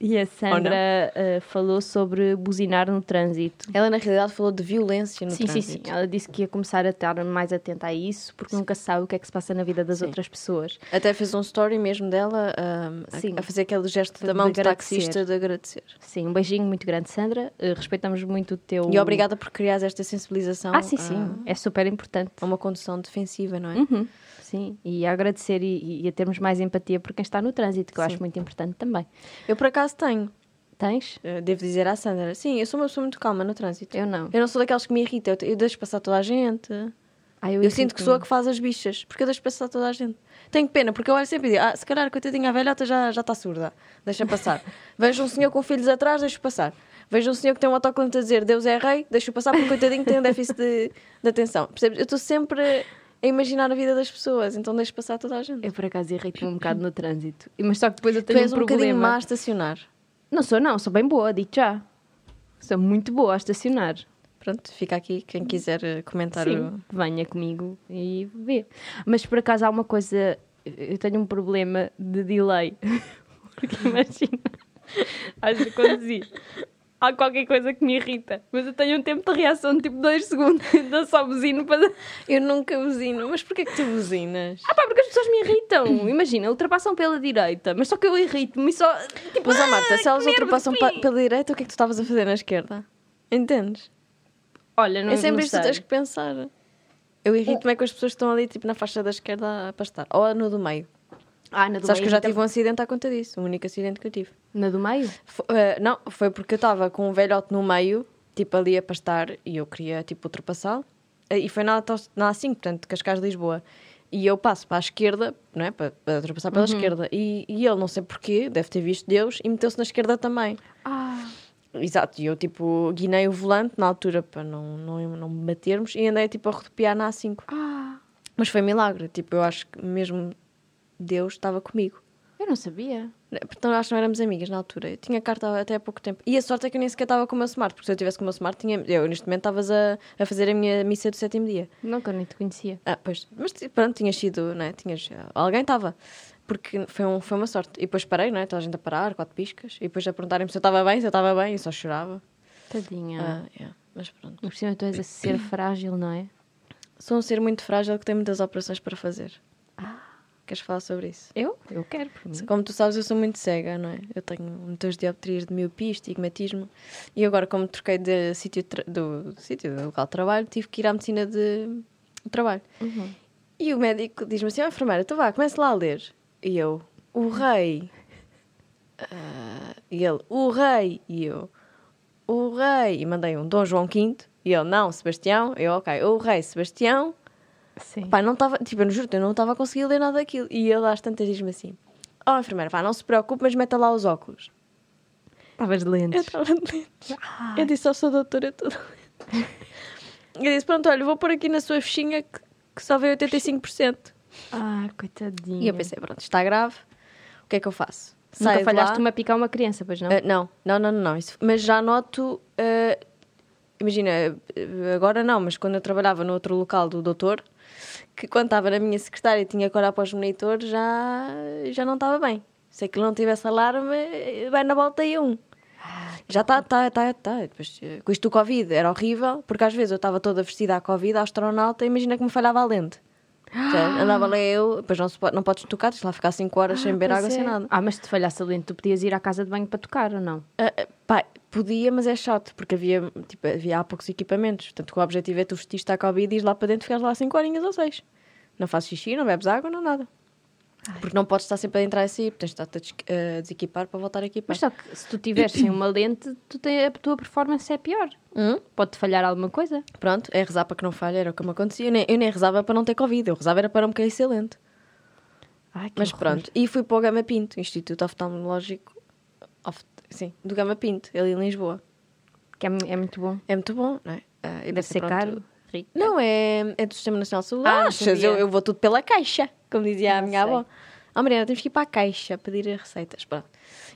S1: E a
S2: Ou não?
S1: Sandra eh, falou sobre buzinar no trânsito.
S2: Ela, na realidade, falou de violência no
S1: sim,
S2: trânsito.
S1: sim, sim. Ela disse que ia começar a estar mais atenta a isso, porque nunca se sabe o que é que se passa na vida das outras pessoas.
S2: Até fez um story mesmo dela ahm, a-
S1: Sim. um
S2: a, fazer aquele gesto da
S1: De
S2: mão do
S1: agradecer.
S2: taxista de agradecer.
S1: Sim, um beijinho muito grande, Sandra. Eh, respeitamos muito o teu.
S2: E obrigada por criar esta sensibilização
S1: Ah, sim, sim. É super importante.
S2: a, a uma condução defensiva, não é?
S1: Uhum, Sim, e a agradecer e, e a termos mais empatia por quem está no trânsito, que eu acho muito importante também.
S2: Eu, por acaso, tenho.
S1: Tens?
S2: Eh, Devo dizer à Sandra. Sim, eu sou uma pessoa muito calma no trânsito.
S1: Eu não.
S2: Eu não sou daquelas que me irritam. Eu, te- eu deixo passar toda a gente.
S1: Ah,
S2: Eu, sinto que sou a
S1: irrito-me.
S2: que faz as bichas, porque eu deixo passar toda a gente. Tenho pena, porque eu olho sempre e digo, ah, se calhar a coitadinha a velhota já já está surda, deixa passar. Vejo um senhor com filhos atrás, deixo passar. Vejo um senhor que tem um autocolante a dizer Deus é rei, deixo passar, porque o coitadinho tem um déficit de, de atenção. Percebes? Eu estou sempre a imaginar a vida das pessoas, então deixo passar toda a gente.
S1: Eu por acaso irrito-me um bocado no trânsito. Mas só que depois eu
S2: tu
S1: tenho
S2: és um,
S1: um
S2: bocadinho
S1: problema.
S2: má a estacionar.
S1: Não sou, não, sou bem boa, digo já. Sou muito boa a estacionar.
S2: Pronto, fica aqui quem quiser eh, comentar o.
S1: Sim, venha comigo e vê. Mas por acaso há uma coisa, eu tenho um problema de delay. Porque imagina, às de conduzir. Há qualquer coisa que me irrita, mas eu tenho um tempo de reação de tipo 2 segundos, dou só buzino para.
S2: Eu nunca buzino, mas porquê que tu buzinas?
S1: Ah pá, porque as pessoas me irritam. Imagina, ultrapassam pela direita, mas só que eu irrito-me e só. Tipo,
S2: Mas, ó
S1: "Ah,
S2: Marta, se
S1: que
S2: elas
S1: nervo de
S2: ultrapassam
S1: mim."
S2: pa- pela direita, o que é que tu estavas a fazer na esquerda? Entendes?
S1: Olha, não
S2: é sempre
S1: não
S2: isto que
S1: sei.
S2: tens que pensar. Eu irrito-me é com as pessoas que estão ali, tipo, na faixa da esquerda a pastar. Ou no do meio.
S1: Ah, na do
S2: Sabes que
S1: meio. então.
S2: eu já
S1: irrita-
S2: tive um acidente à conta disso. O único acidente que eu tive.
S1: Na do meio?
S2: Fo- eh, não, foi porque eu estava com um velhote no meio, tipo, ali a pastar, e eu queria, tipo, ultrapassá-lo. Eh, E foi na, autos- na A5, portanto, Cascais, Lisboa. E eu passo para a esquerda, não é? Para, para ultrapassar pela
S1: Uhum.
S2: esquerda. E, e ele, não sei porquê, deve ter visto Deus, e meteu-se na esquerda também.
S1: Ah.
S2: Exato, e eu tipo guinei o volante na altura para não, não, não me batermos e andei tipo a rodopiar na A5.
S1: Ah.
S2: Mas foi milagre, tipo, eu acho que mesmo Deus estava comigo.
S1: Eu não sabia.
S2: Portanto, acho que não éramos amigas na altura. Eu tinha carta até há pouco tempo. E a sorte é que eu nem sequer estava com o meu smart, porque se eu tivesse com o meu smart, tinha... eu neste momento estavas a, a fazer a minha missa do sétimo dia.
S1: Nunca nem te conhecia.
S2: Ah, pois, mas ti- pronto, tinhas sido, não é? Tinhas, alguém estava. Porque foi, um, foi uma sorte. E depois parei, não é? Toda a gente a parar, quatro piscas. E depois a perguntarem-me se eu estava bem, se eu estava bem, e eu só chorava.
S1: Tadinha.
S2: Ah, yeah. Mas pronto.
S1: Mas por cima tu és a ser frágil, não é?
S2: Sou um ser muito frágil que tem muitas operações para fazer. Queres falar sobre isso?
S1: Ah, Eu? Eu quero, por mim.
S2: Como tu sabes, eu sou muito cega, não é? Eu tenho muitas dioptrias de miopia, estigmatismo. E agora, como troquei de sítio de tra- do do sítio do local de trabalho, tive que ir à medicina de de trabalho. E o médico diz-me assim: ó enfermeira, tu vá, comece lá a ler. E eu, o rei. Ah, e ele, o rei. E eu, o rei. E mandei um Dom João V. E ele, não, Sebastião. Eu, ok, o rei Sebastião.
S1: Sim.
S2: Pá, não estava, tipo, eu não juro, eu não estava a conseguir ler nada daquilo. E ele às tantas diz-me assim: Ó, enfermeira, pá, não se preocupe, mas meta lá os óculos.
S1: Estavas de
S2: Eu
S1: lentes.
S2: estava doente.
S1: Ah.
S2: Eu disse ao seu doutor, eu estou doente. Eu disse: Pronto, olha, vou pôr aqui na sua fichinha que, que só veio 85%.
S1: Ah, coitadinha.
S2: E eu pensei: Pronto, está grave, o que é que eu faço?
S1: Nunca
S2: Saio de
S1: falhaste
S2: lá-
S1: uma pica a uma criança, pois não?
S2: Ah, não, não, não, não, não, isso- mas já noto. ah, imagina, ah, agora não, mas quando eu trabalhava no outro local do doutor, que quando estava na minha secretária e tinha que olhar para os monitores, já, já não estava bem. Se aquilo não tivesse alarme, eh, vai na volta ia um.
S1: Ah,
S2: Já tá, está, está, está, está. Depois, eh, Com isto do Covid era horrível, porque às vezes eu estava toda vestida à Covid, à astronauta, e imagina que me falhava a lente. Já Andava lá eu, depois não, se pode, não podes tocar, tens de lá ficar 5 horas sem beber
S1: Pois
S2: água, sem
S1: é.
S2: nada.
S1: Ah, mas se te falhasse a lente, tu podias ir à casa de banho para tocar ou não?
S2: Ah, ah, pá, podia, mas é chato, porque havia, tipo, havia há poucos equipamentos. Portanto, o objetivo é tu vestir a Covid e ir lá para dentro, ficares lá 5 horinhas ou 6. Não fazes xixi, não bebes água, não nada. Porque não podes estar sempre a entrar e sair, tens de estar-te a des- a desequipar para voltar a equipar.
S1: Mas tá- só que se tu tiveres sem uma lente, tu tem- a tua performance é pior.
S2: Hum?
S1: Pode-te falhar alguma coisa.
S2: Pronto, é rezar para que não falhe, era o que me acontecia. Eu nem, eu nem rezava para não ter Covid, eu rezava era para não me cair excelente.
S1: Ai, que
S2: Mas
S1: horror.
S2: pronto, e fui para o Gama Pinto, Instituto Oftalmológico, oft- sim, do Gama Pinto, ali em Lisboa.
S1: Que é, mu- é muito bom.
S2: É muito bom, não é? Ah, e
S1: Deve
S2: pensei,
S1: ser
S2: pronto,
S1: caro. Rico.
S2: Não, é, é do Sistema Nacional de Saúde.
S1: Ah, não
S2: achas?
S1: sabia.
S2: Eu, eu vou tudo pela caixa, como dizia a
S1: Não
S2: minha
S1: sei.
S2: avó. Ah, Mariana, temos que ir para a caixa pedir receitas. Pronto.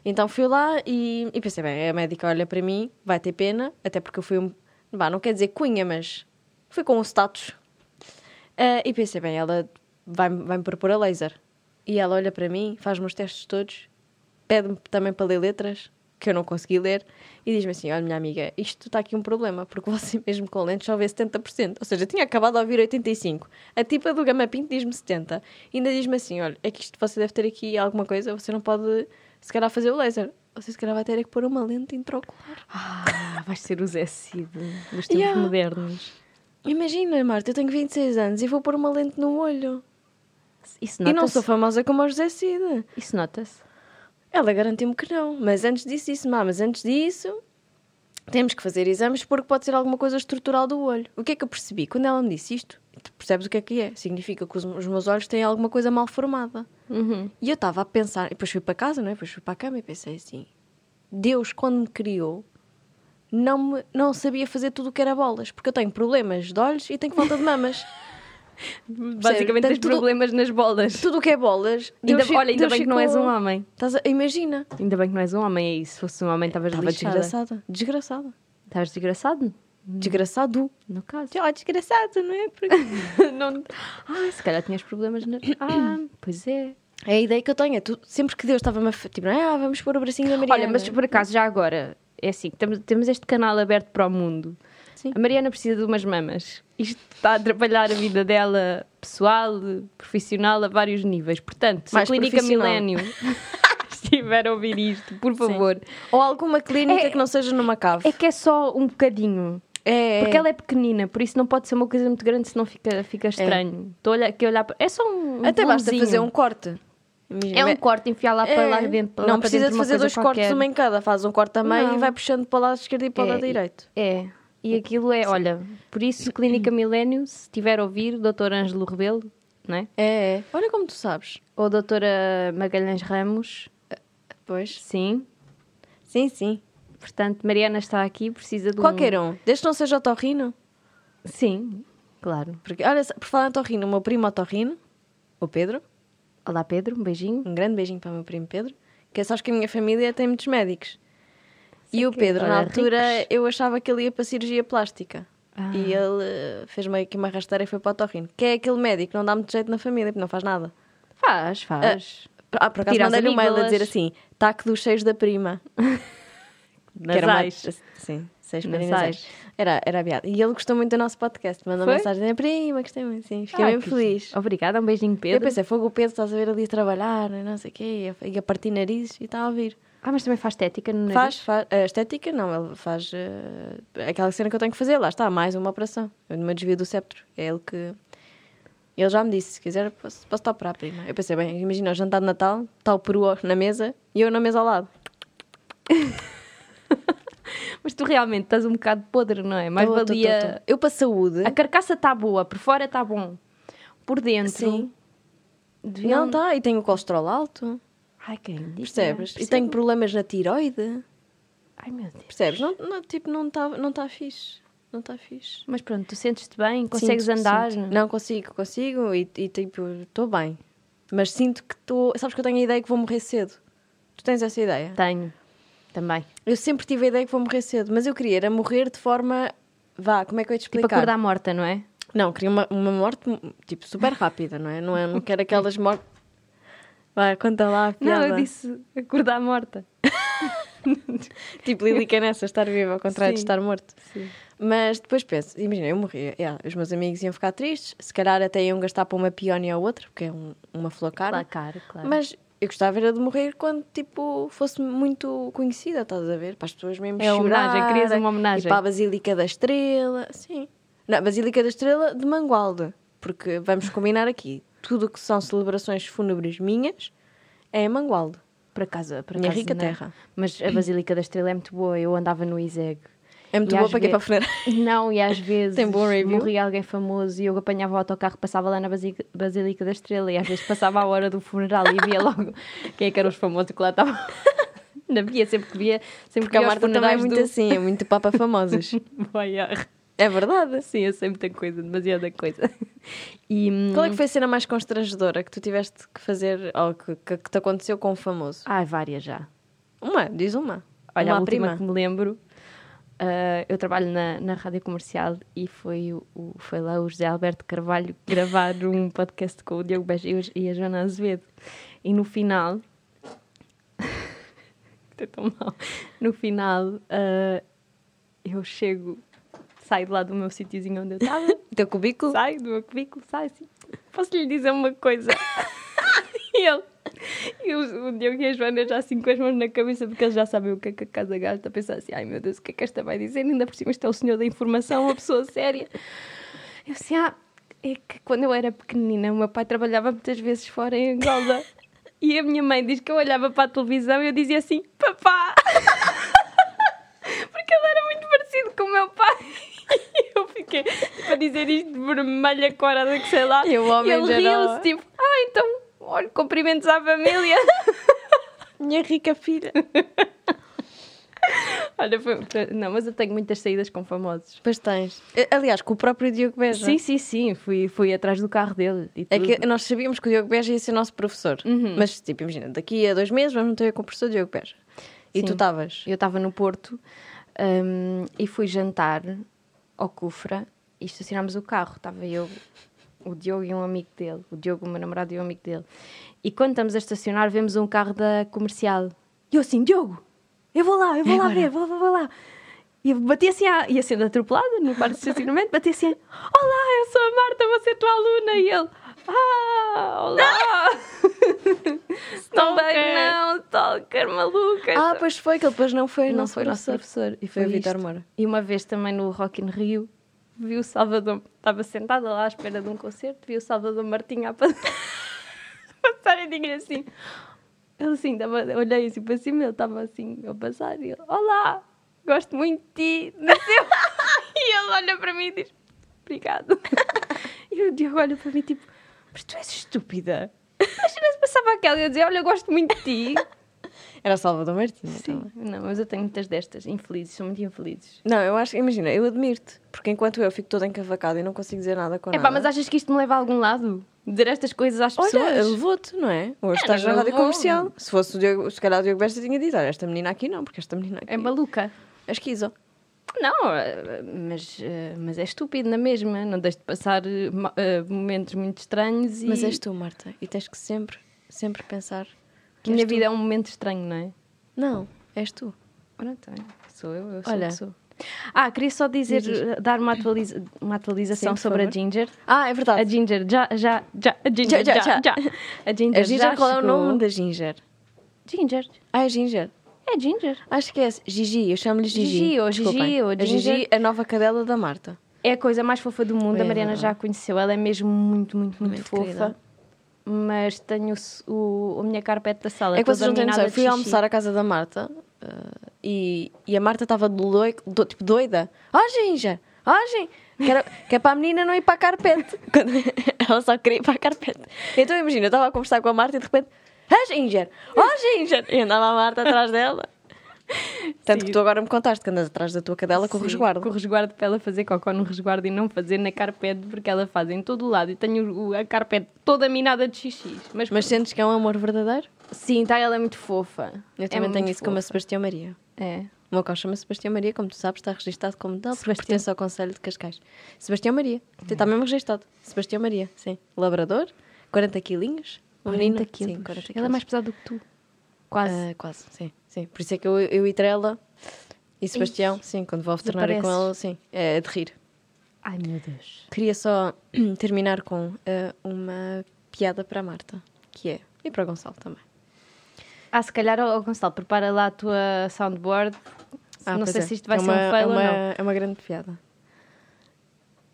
S2: Então fui lá e, e pensei, bem, a médica olha para mim, vai ter pena, até porque eu fui um. Bah, não quer dizer cunha, mas fui com um status. Ah, e pensei, bem, ela vai-me vai propor a laser. E ela olha para mim, faz-me os testes todos, pede-me também para ler letras, que eu não consegui ler, e diz-me assim: Olha, minha amiga, isto está aqui um problema, porque você mesmo com lentes só vê 70%. Ou seja, eu tinha acabado de ouvir 85%. A tipa do Gama Pinto diz-me 70%. E ainda diz-me assim: Olha, é que isto você deve ter aqui alguma coisa, você não pode, se calhar, fazer o laser. Você se calhar vai ter é que pôr uma lente intraocular.
S1: Ah, vais ser o Zé Cid dos tempos
S2: Yeah.
S1: modernos.
S2: Imagina, Marta, eu tenho 26 anos e vou pôr uma lente no olho.
S1: Isso
S2: E não
S1: nota-se.
S2: sou famosa como o José Cida.
S1: Isso nota-se.
S2: Ela garantiu-me que não, mas antes disso disse má, mas antes disso temos que fazer exames porque pode ser alguma coisa estrutural do olho. O que é que eu percebi? Quando ela me disse isto, tu percebes o que é que é? Significa que os, os meus olhos têm alguma coisa mal formada.
S1: Uhum.
S2: E eu estava a pensar, e depois fui para casa, não é? Depois fui para a cama e pensei assim: Deus, quando me criou, não, me, não sabia fazer tudo o que era bolas, porque eu tenho problemas de olhos e tenho falta de mamas.
S1: Basicamente
S2: Portanto,
S1: tens
S2: tudo-
S1: problemas nas bolas.
S2: Tudo o que é bolas.
S1: Ainda,
S2: Deus fi-
S1: olha, ainda
S2: Deus
S1: bem que não és
S2: ficou-
S1: um homem.
S2: Estás a- Imagina.
S1: Ainda bem que não és um homem, é isso. Se fosse um homem, estavas
S2: Estava
S1: lixada.
S2: desgraçada. Desgraçada.
S1: Estavas desgraçado,
S2: Desgraçado.
S1: no caso.
S2: Ó, desgraçado, não é? Porque não-
S1: Ah, se calhar tinhas problemas nas... Ah, pois é.
S2: É a ideia que eu tenho. é tu- sempre que Deus estava-me a. fa- Tipo, ah, vamos pôr o bracinho da Mariana.
S1: Olha, mas tipo, por acaso, já agora, é assim, temos, temos este canal aberto para o mundo.
S2: Sim.
S1: A Mariana precisa de umas mamas. Isto está a atrapalhar a vida dela pessoal, profissional, a vários níveis. Portanto, se
S2: Mais
S1: a Clínica
S2: profissional.
S1: Milênio estiver a ouvir isto, por favor.
S2: Ou alguma clínica
S1: É-
S2: que não seja numa cave.
S1: É que é só um bocadinho.
S2: É. É.
S1: Porque ela é pequenina, por isso não pode ser uma coisa muito grande, senão fica, fica estranho. Estou a olhar, que olhar para... É só um. um
S2: Até basta
S1: volumezinho.
S2: fazer um corte.
S1: É um corte, enfiar lá para
S2: É.
S1: lá dentro. para
S2: não
S1: lá para
S2: precisa
S1: dentro
S2: de
S1: uma
S2: fazer
S1: coisa
S2: dois cortes,
S1: qualquer.
S2: uma em cada. Faz um corte a meio
S1: Não.
S2: e vai puxando para o lado esquerdo e para o
S1: É,
S2: lado
S1: e-
S2: direito.
S1: É, e aquilo é, olha, por isso Clínica Milênio, se tiver a ouvir, Dr. Ângelo Rebelo, não é?
S2: É, é. Olha como tu sabes.
S1: Ou Doutora Magalhães Ramos,
S2: Pois.
S1: sim.
S2: Sim, sim.
S1: Portanto, Mariana está aqui, precisa de um-
S2: Qualquer um. Desde que não seja o Torrino.
S1: Sim, claro.
S2: Porque, olha, por falar em Torrino, o meu primo Torrino, o Pedro,
S1: Olá Pedro, um beijinho.
S2: um grande beijinho para o meu primo Pedro, que é só que a minha família tem muitos médicos. e o
S1: que- é.
S2: Pedro, na
S1: olha,
S2: altura,
S1: ricos. Ah.
S2: eu achava que ele ia para cirurgia plástica. E ele eh, fez meio que uma rasteira e foi para o Torrino. Que é aquele médico, que não dá muito jeito na família, porque não faz nada.
S1: Faz, faz.
S2: Ah, por acaso
S1: Tira as
S2: mandei-lhe um mail a
S1: amígdalas.
S2: dizer assim: taque dos seios da prima.
S1: Nasais.
S2: Sim, seis
S1: Nasais.
S2: marinas. Era, era a piada. E ele gostou muito do nosso podcast. Mandou
S1: Foi?
S2: mensagem: prima, gostei muito. Sim, fiquei
S1: Ah,
S2: bem
S1: que-
S2: feliz.
S1: Obrigada, um beijinho
S2: Eu
S1: Pedro.
S2: pensei: fogo o Pedro, estás a ver ali a trabalhar, não sei o quê, e a- e a partir narizes e está a ouvir.
S1: Ah, mas também faz estética no nariz?
S2: Faz, faz a estética, não, ele faz eh, aquela cena que eu tenho que fazer. Lá está, mais uma operação. Eu no meu desvio do septo. É ele que. Ele já me disse: se quiser, posso, posso te operar, prima. Eu pensei: bem, imagina o jantar de Natal, está o peru na mesa e eu na mesa ao lado.
S1: Mas tu realmente estás um bocado podre, não é? Mais
S2: Tô, tô, tô,
S1: valia...
S2: tô. Eu para saúde.
S1: A carcaça está boa, por fora está bom. Por dentro...
S2: Sim.
S1: deviam-
S2: Não, está. E tenho o colesterol alto.
S1: Ai, quem disse?
S2: Percebes? E tenho problemas na tiroide.
S1: é- Ai, meu Deus.
S2: Percebes? Não, não, tipo, não está não tá fixe. Não está fixe.
S1: Mas pronto, tu sentes-te bem, consegues
S2: Sinto-
S1: andar.
S2: sinto. Não, consigo, consigo e, e, tipo, estou bem. Mas sinto que estou. Sabes que eu tenho a ideia que vou morrer cedo. Tu tens essa ideia?
S1: Tenho. Também. Tipo
S2: Eu sempre tive a ideia que vou morrer cedo, mas eu queria era morrer de forma. Vá, como é que eu ia te
S1: Tipo
S2: explicar?
S1: acordar morta, não é?
S2: Não, queria uma, uma morte tipo super rápida, não é? Não, é, não quero aquelas mortes. Vai, conta lá a piada.
S1: Não, eu disse acordar morta.
S2: Tipo, Lilica nessa, estar viva ao contrário de
S1: Sim.
S2: estar morto. Mas depois penso, imagina, eu morria, yeah, os meus amigos iam ficar tristes, se calhar até iam gastar para uma peónia ou outra, porque é um- uma flor cara.
S1: Lá, cara, claro.
S2: Mas eu gostava era de morrer quando, tipo, fosse muito conhecida, estás a ver? Para as pessoas mesmo
S1: É uma homenagem,
S2: chorarem,
S1: querias uma
S2: E
S1: homenagem.
S2: para a Basílica da Estrela, sim. Não, Basílica da Estrela de Mangualde, porque vamos combinar aqui, tudo o que são celebrações fúnebres minhas é em Mangualde.
S1: Por acaso, por
S2: Minha
S1: acaso,
S2: rica
S1: não.
S2: terra.
S1: Mas a Basílica da Estrela é muito boa. Eu andava no Iseg.
S2: É muito
S1: E
S2: boa
S1: às
S2: para quê?
S1: ve-
S2: Para funerar.
S1: Não, e às vezes
S2: Tem bom review?
S1: morria alguém famoso e eu apanhava o autocarro, passava lá na Basi- Basílica da Estrela e às vezes passava a hora do funeral e via logo quem é que eram os famosos que lá estavam. Não via, sempre que via,
S2: Porque
S1: sempre que
S2: a
S1: via os
S2: Marta também é
S1: funerais
S2: muito
S1: do...
S2: assim, é muito papa famosos.
S1: Vai, ar.
S2: É verdade.
S1: Sim, eu sei muita coisa, demasiada coisa. E, hum,
S2: Qual é que foi a cena mais constrangedora que tu tiveste que fazer ou que, que, que te aconteceu com um famoso?
S1: Ai, várias já.
S2: Uma, diz uma.
S1: Olha,
S2: uma
S1: a
S2: à
S1: última
S2: prima.
S1: que me lembro, ah, eu trabalho na, na rádio comercial e foi, o, o- foi lá o José Alberto Carvalho gravar um podcast com o Diogo Beja e o- e a Joana Azevedo. E no final. Estou tão mal. No final, ah, eu chego, saio de lá do meu sítiozinho onde eu estava.
S2: Teu cubículo?
S1: Sai do meu cubículo, sai assim. Posso lhe dizer uma coisa? e ele. E o, o Diogo e a Joana já assim com as mãos na cabeça, porque eles já sabem o que é que a casa gasta. A pensar assim: ai meu Deus, o que é que esta vai dizer? Ainda por cima, isto é o senhor da informação, uma pessoa séria. Eu assim: ah, é que quando eu era pequenina, o meu pai trabalhava muitas vezes fora em Angola. E a minha mãe diz que eu olhava para a televisão e eu dizia assim: papá! Porque ele era muito parecido com o meu pai. E eu fiquei para dizer isto de vermelha cora da que sei lá.
S2: E o homem
S1: ele
S2: geral.
S1: riu-se, tipo, ah, então, olha, cumprimentos à família.
S2: Minha rica filha.
S1: Olha, foi- um não, mas eu tenho muitas saídas com famosos.
S2: Pois tens. Eh, Aliás, com o próprio Diogo Beja.
S1: Sim, sim, sim, fui, fui atrás do carro dele. E
S2: É
S1: tudo.
S2: que nós sabíamos que o Diogo Beja ia ser nosso professor. Mas, tipo, imagina, daqui a dois meses vamos ter com o professor Diogo Beja. E
S1: Sim.
S2: tu estavas.
S1: Eu estava no Porto hum, e fui jantar ao Cufra e estacionámos o carro. Estava eu, o Diogo e um amigo dele. O Diogo, o meu namorado e um amigo dele. E quando estamos a estacionar, vemos um carro da comercial. E eu assim, Diogo, eu vou lá, eu vou lá ver, vou, vou, vou lá. E eu bati assim, à, ia sendo atropelada no parque de estacionamento, bati assim, olá, eu sou a Marta, vou ser tua aluna. E ele, ah, olá. Também
S2: Stalker.
S1: não, stalker maluca.
S2: Ah, pois foi, que ele depois não foi,
S1: Não,
S2: não,
S1: foi
S2: foi
S1: o nosso
S2: nosso professor.
S1: professor. E
S2: Foi o Vítor
S1: isto.
S2: Moura.
S1: E uma vez também no Rock in Rio, vi o Salvador. Estava sentada lá à espera de um concerto, vi o Salvador Martinha a pas- passar e digo assim. Ele assim, tava, olhei assim para cima, ele estava assim a passar e ele, olá, gosto muito de ti. não sei o quê." e ele olha para mim e diz, obrigado. e o Diogo olha para mim tipo, mas tu és estúpida. Imagina se passava aquela e eu dizia, olha, eu gosto muito de ti.
S2: Era Salvador Martins. então.
S1: Sim, não, mas eu tenho muitas destas, infelizes, são muito infelizes.
S2: Não, eu acho, imagina, eu admiro-te. Porque enquanto eu fico toda encavacada e não consigo dizer nada com
S1: É pá,
S2: nada.
S1: mas achas que isto me leva a algum lado? Dizer estas coisas às
S2: Olha,
S1: pessoas?
S2: levou-te, não é? Hoje
S1: É,
S2: estás
S1: não
S2: na rádio
S1: levou.
S2: comercial. Se fosse o Diogo, se calhar o Diogo Besta tinha dito, olha, esta menina aqui não, porque esta menina aqui
S1: É maluca.
S2: é esquizo.
S1: Não, eh, mas, eh, mas é estúpido na mesma. Não deixes de passar eh, ma- eh, momentos muito estranhos e.
S2: Mas és tu, Marta, e tens que sempre, sempre pensar
S1: A
S2: que
S1: minha
S2: és tu.
S1: vida é um momento estranho, não é?
S2: Não, és tu.
S1: Pronto, é. sou eu, eu sou
S2: Olha.
S1: Olha. sou. Ah, queria só dizer, eh, dar uma, atualiza- uma
S2: Sim,
S1: atualização
S2: por
S1: sobre a
S2: favor.
S1: Ginger.
S2: Ah, é
S1: A
S2: verdade.
S1: Ginger já, já, já, a Ginger
S2: Já,
S1: já, já.
S2: já, já.
S1: A Ginger,
S2: A Ginger,
S1: já
S2: qual é o
S1: chegou.
S2: nome da Ginger?
S1: Ginger.
S2: Ah, é Ginger.
S1: É Ginger.
S2: Acho que é esse. Gigi, eu chamo-lhe Gigi.
S1: Gigi, ou Gigi,
S2: Desculpem.
S1: ou
S2: A Gigi, é
S1: Ginger.
S2: a nova cadela da Marta.
S1: É a coisa mais fofa do mundo.
S2: É
S1: a Mariana
S2: verdade.
S1: já a conheceu. Ela é mesmo muito, muito, muito,
S2: Muito
S1: fofa.
S2: querida.
S1: Mas tenho o, o- a minha carpete da sala.
S2: É que vocês
S1: toda
S2: não têm noção.
S1: minada
S2: Eu
S1: de
S2: fui
S1: xixi.
S2: almoçar à casa da Marta eh, e, e a Marta estava doi- do- tipo doida. Ó, Ginger! Ó, oh, Ginger! Que, era- que é para a menina não ir para a carpete. Quando ela só queria ir para a carpete. Então imagina, eu estava a conversar com a Marta e de repente. Ó, Ginger! Ó, oh, Ginger! E andava a Marta atrás dela. Tanto que tu agora me contaste que andas atrás da tua cadela com o
S1: Sim,
S2: resguardo.
S1: Com o resguardo para ela fazer cocó no resguardo e não fazer na carpete, porque ela faz em todo o lado. E tenho o- a carpete toda minada de xixi. Mas,
S2: Mas sentes que é um amor verdadeiro?
S1: sim, tá, ela é muito fofa.
S2: Eu
S1: É
S2: também tenho
S1: muito
S2: isso com o meu
S1: fofa.
S2: Sebastião Maria.
S1: É.
S2: O meu cão chama Sebastião Maria, como tu sabes, está registado como tal, porque
S1: Sebastião.
S2: pertence ao Conselho de Cascais. Sebastião Maria, Então, está mesmo registado. Sebastião Maria, sim. Labrador, 40 quilinhos. Uma
S1: 40
S2: menina,
S1: quilos.
S2: Sim, 40
S1: Ela é mais pesada do que tu. Quase.
S2: Ah, quase, sim, sim. Por isso é que eu, eu e Trela e Sebastião, sim, quando vou ao veterinário com
S1: desapareces.
S2: ela, sim, é de rir.
S1: Ai, meu Deus.
S2: Queria só terminar com ah, uma piada para a Marta, que é, e para o Gonçalo também.
S1: Ah, se calhar, oh, Gonçalo, prepara lá a tua soundboard.
S2: Ah,
S1: não
S2: pois
S1: sei
S2: é.
S1: se isto vai
S2: É
S1: ser um
S2: uma-
S1: fail
S2: é uma,
S1: ou não.
S2: É uma grande piada.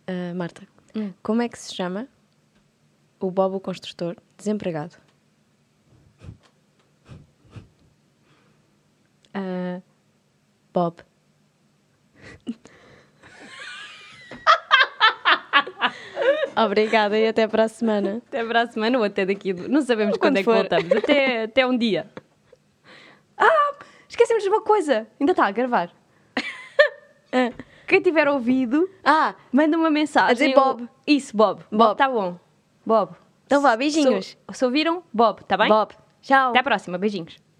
S2: Ah, Marta,
S1: Hum.
S2: como é que se chama o Bob o Construtor desempregado?
S1: Ah,
S2: Bob. Obrigada e até para a semana.
S1: Até para a semana ou até daqui. a du- Não sabemos
S2: Quando
S1: quando, é que
S2: for.
S1: voltamos. Até, até um dia. Ah! Esquecemos de uma coisa. Ainda está a gravar. Ah, Quem tiver ouvido,
S2: Ah,
S1: manda uma mensagem.
S2: A dizer Bob.
S1: Isso, Bob.
S2: Bob.
S1: Está bom. Bob.
S2: então vá, beijinhos.
S1: Se, se ouviram, Bob, está Tá bem?
S2: Bob. Tchau.
S1: Até à próxima. Beijinhos.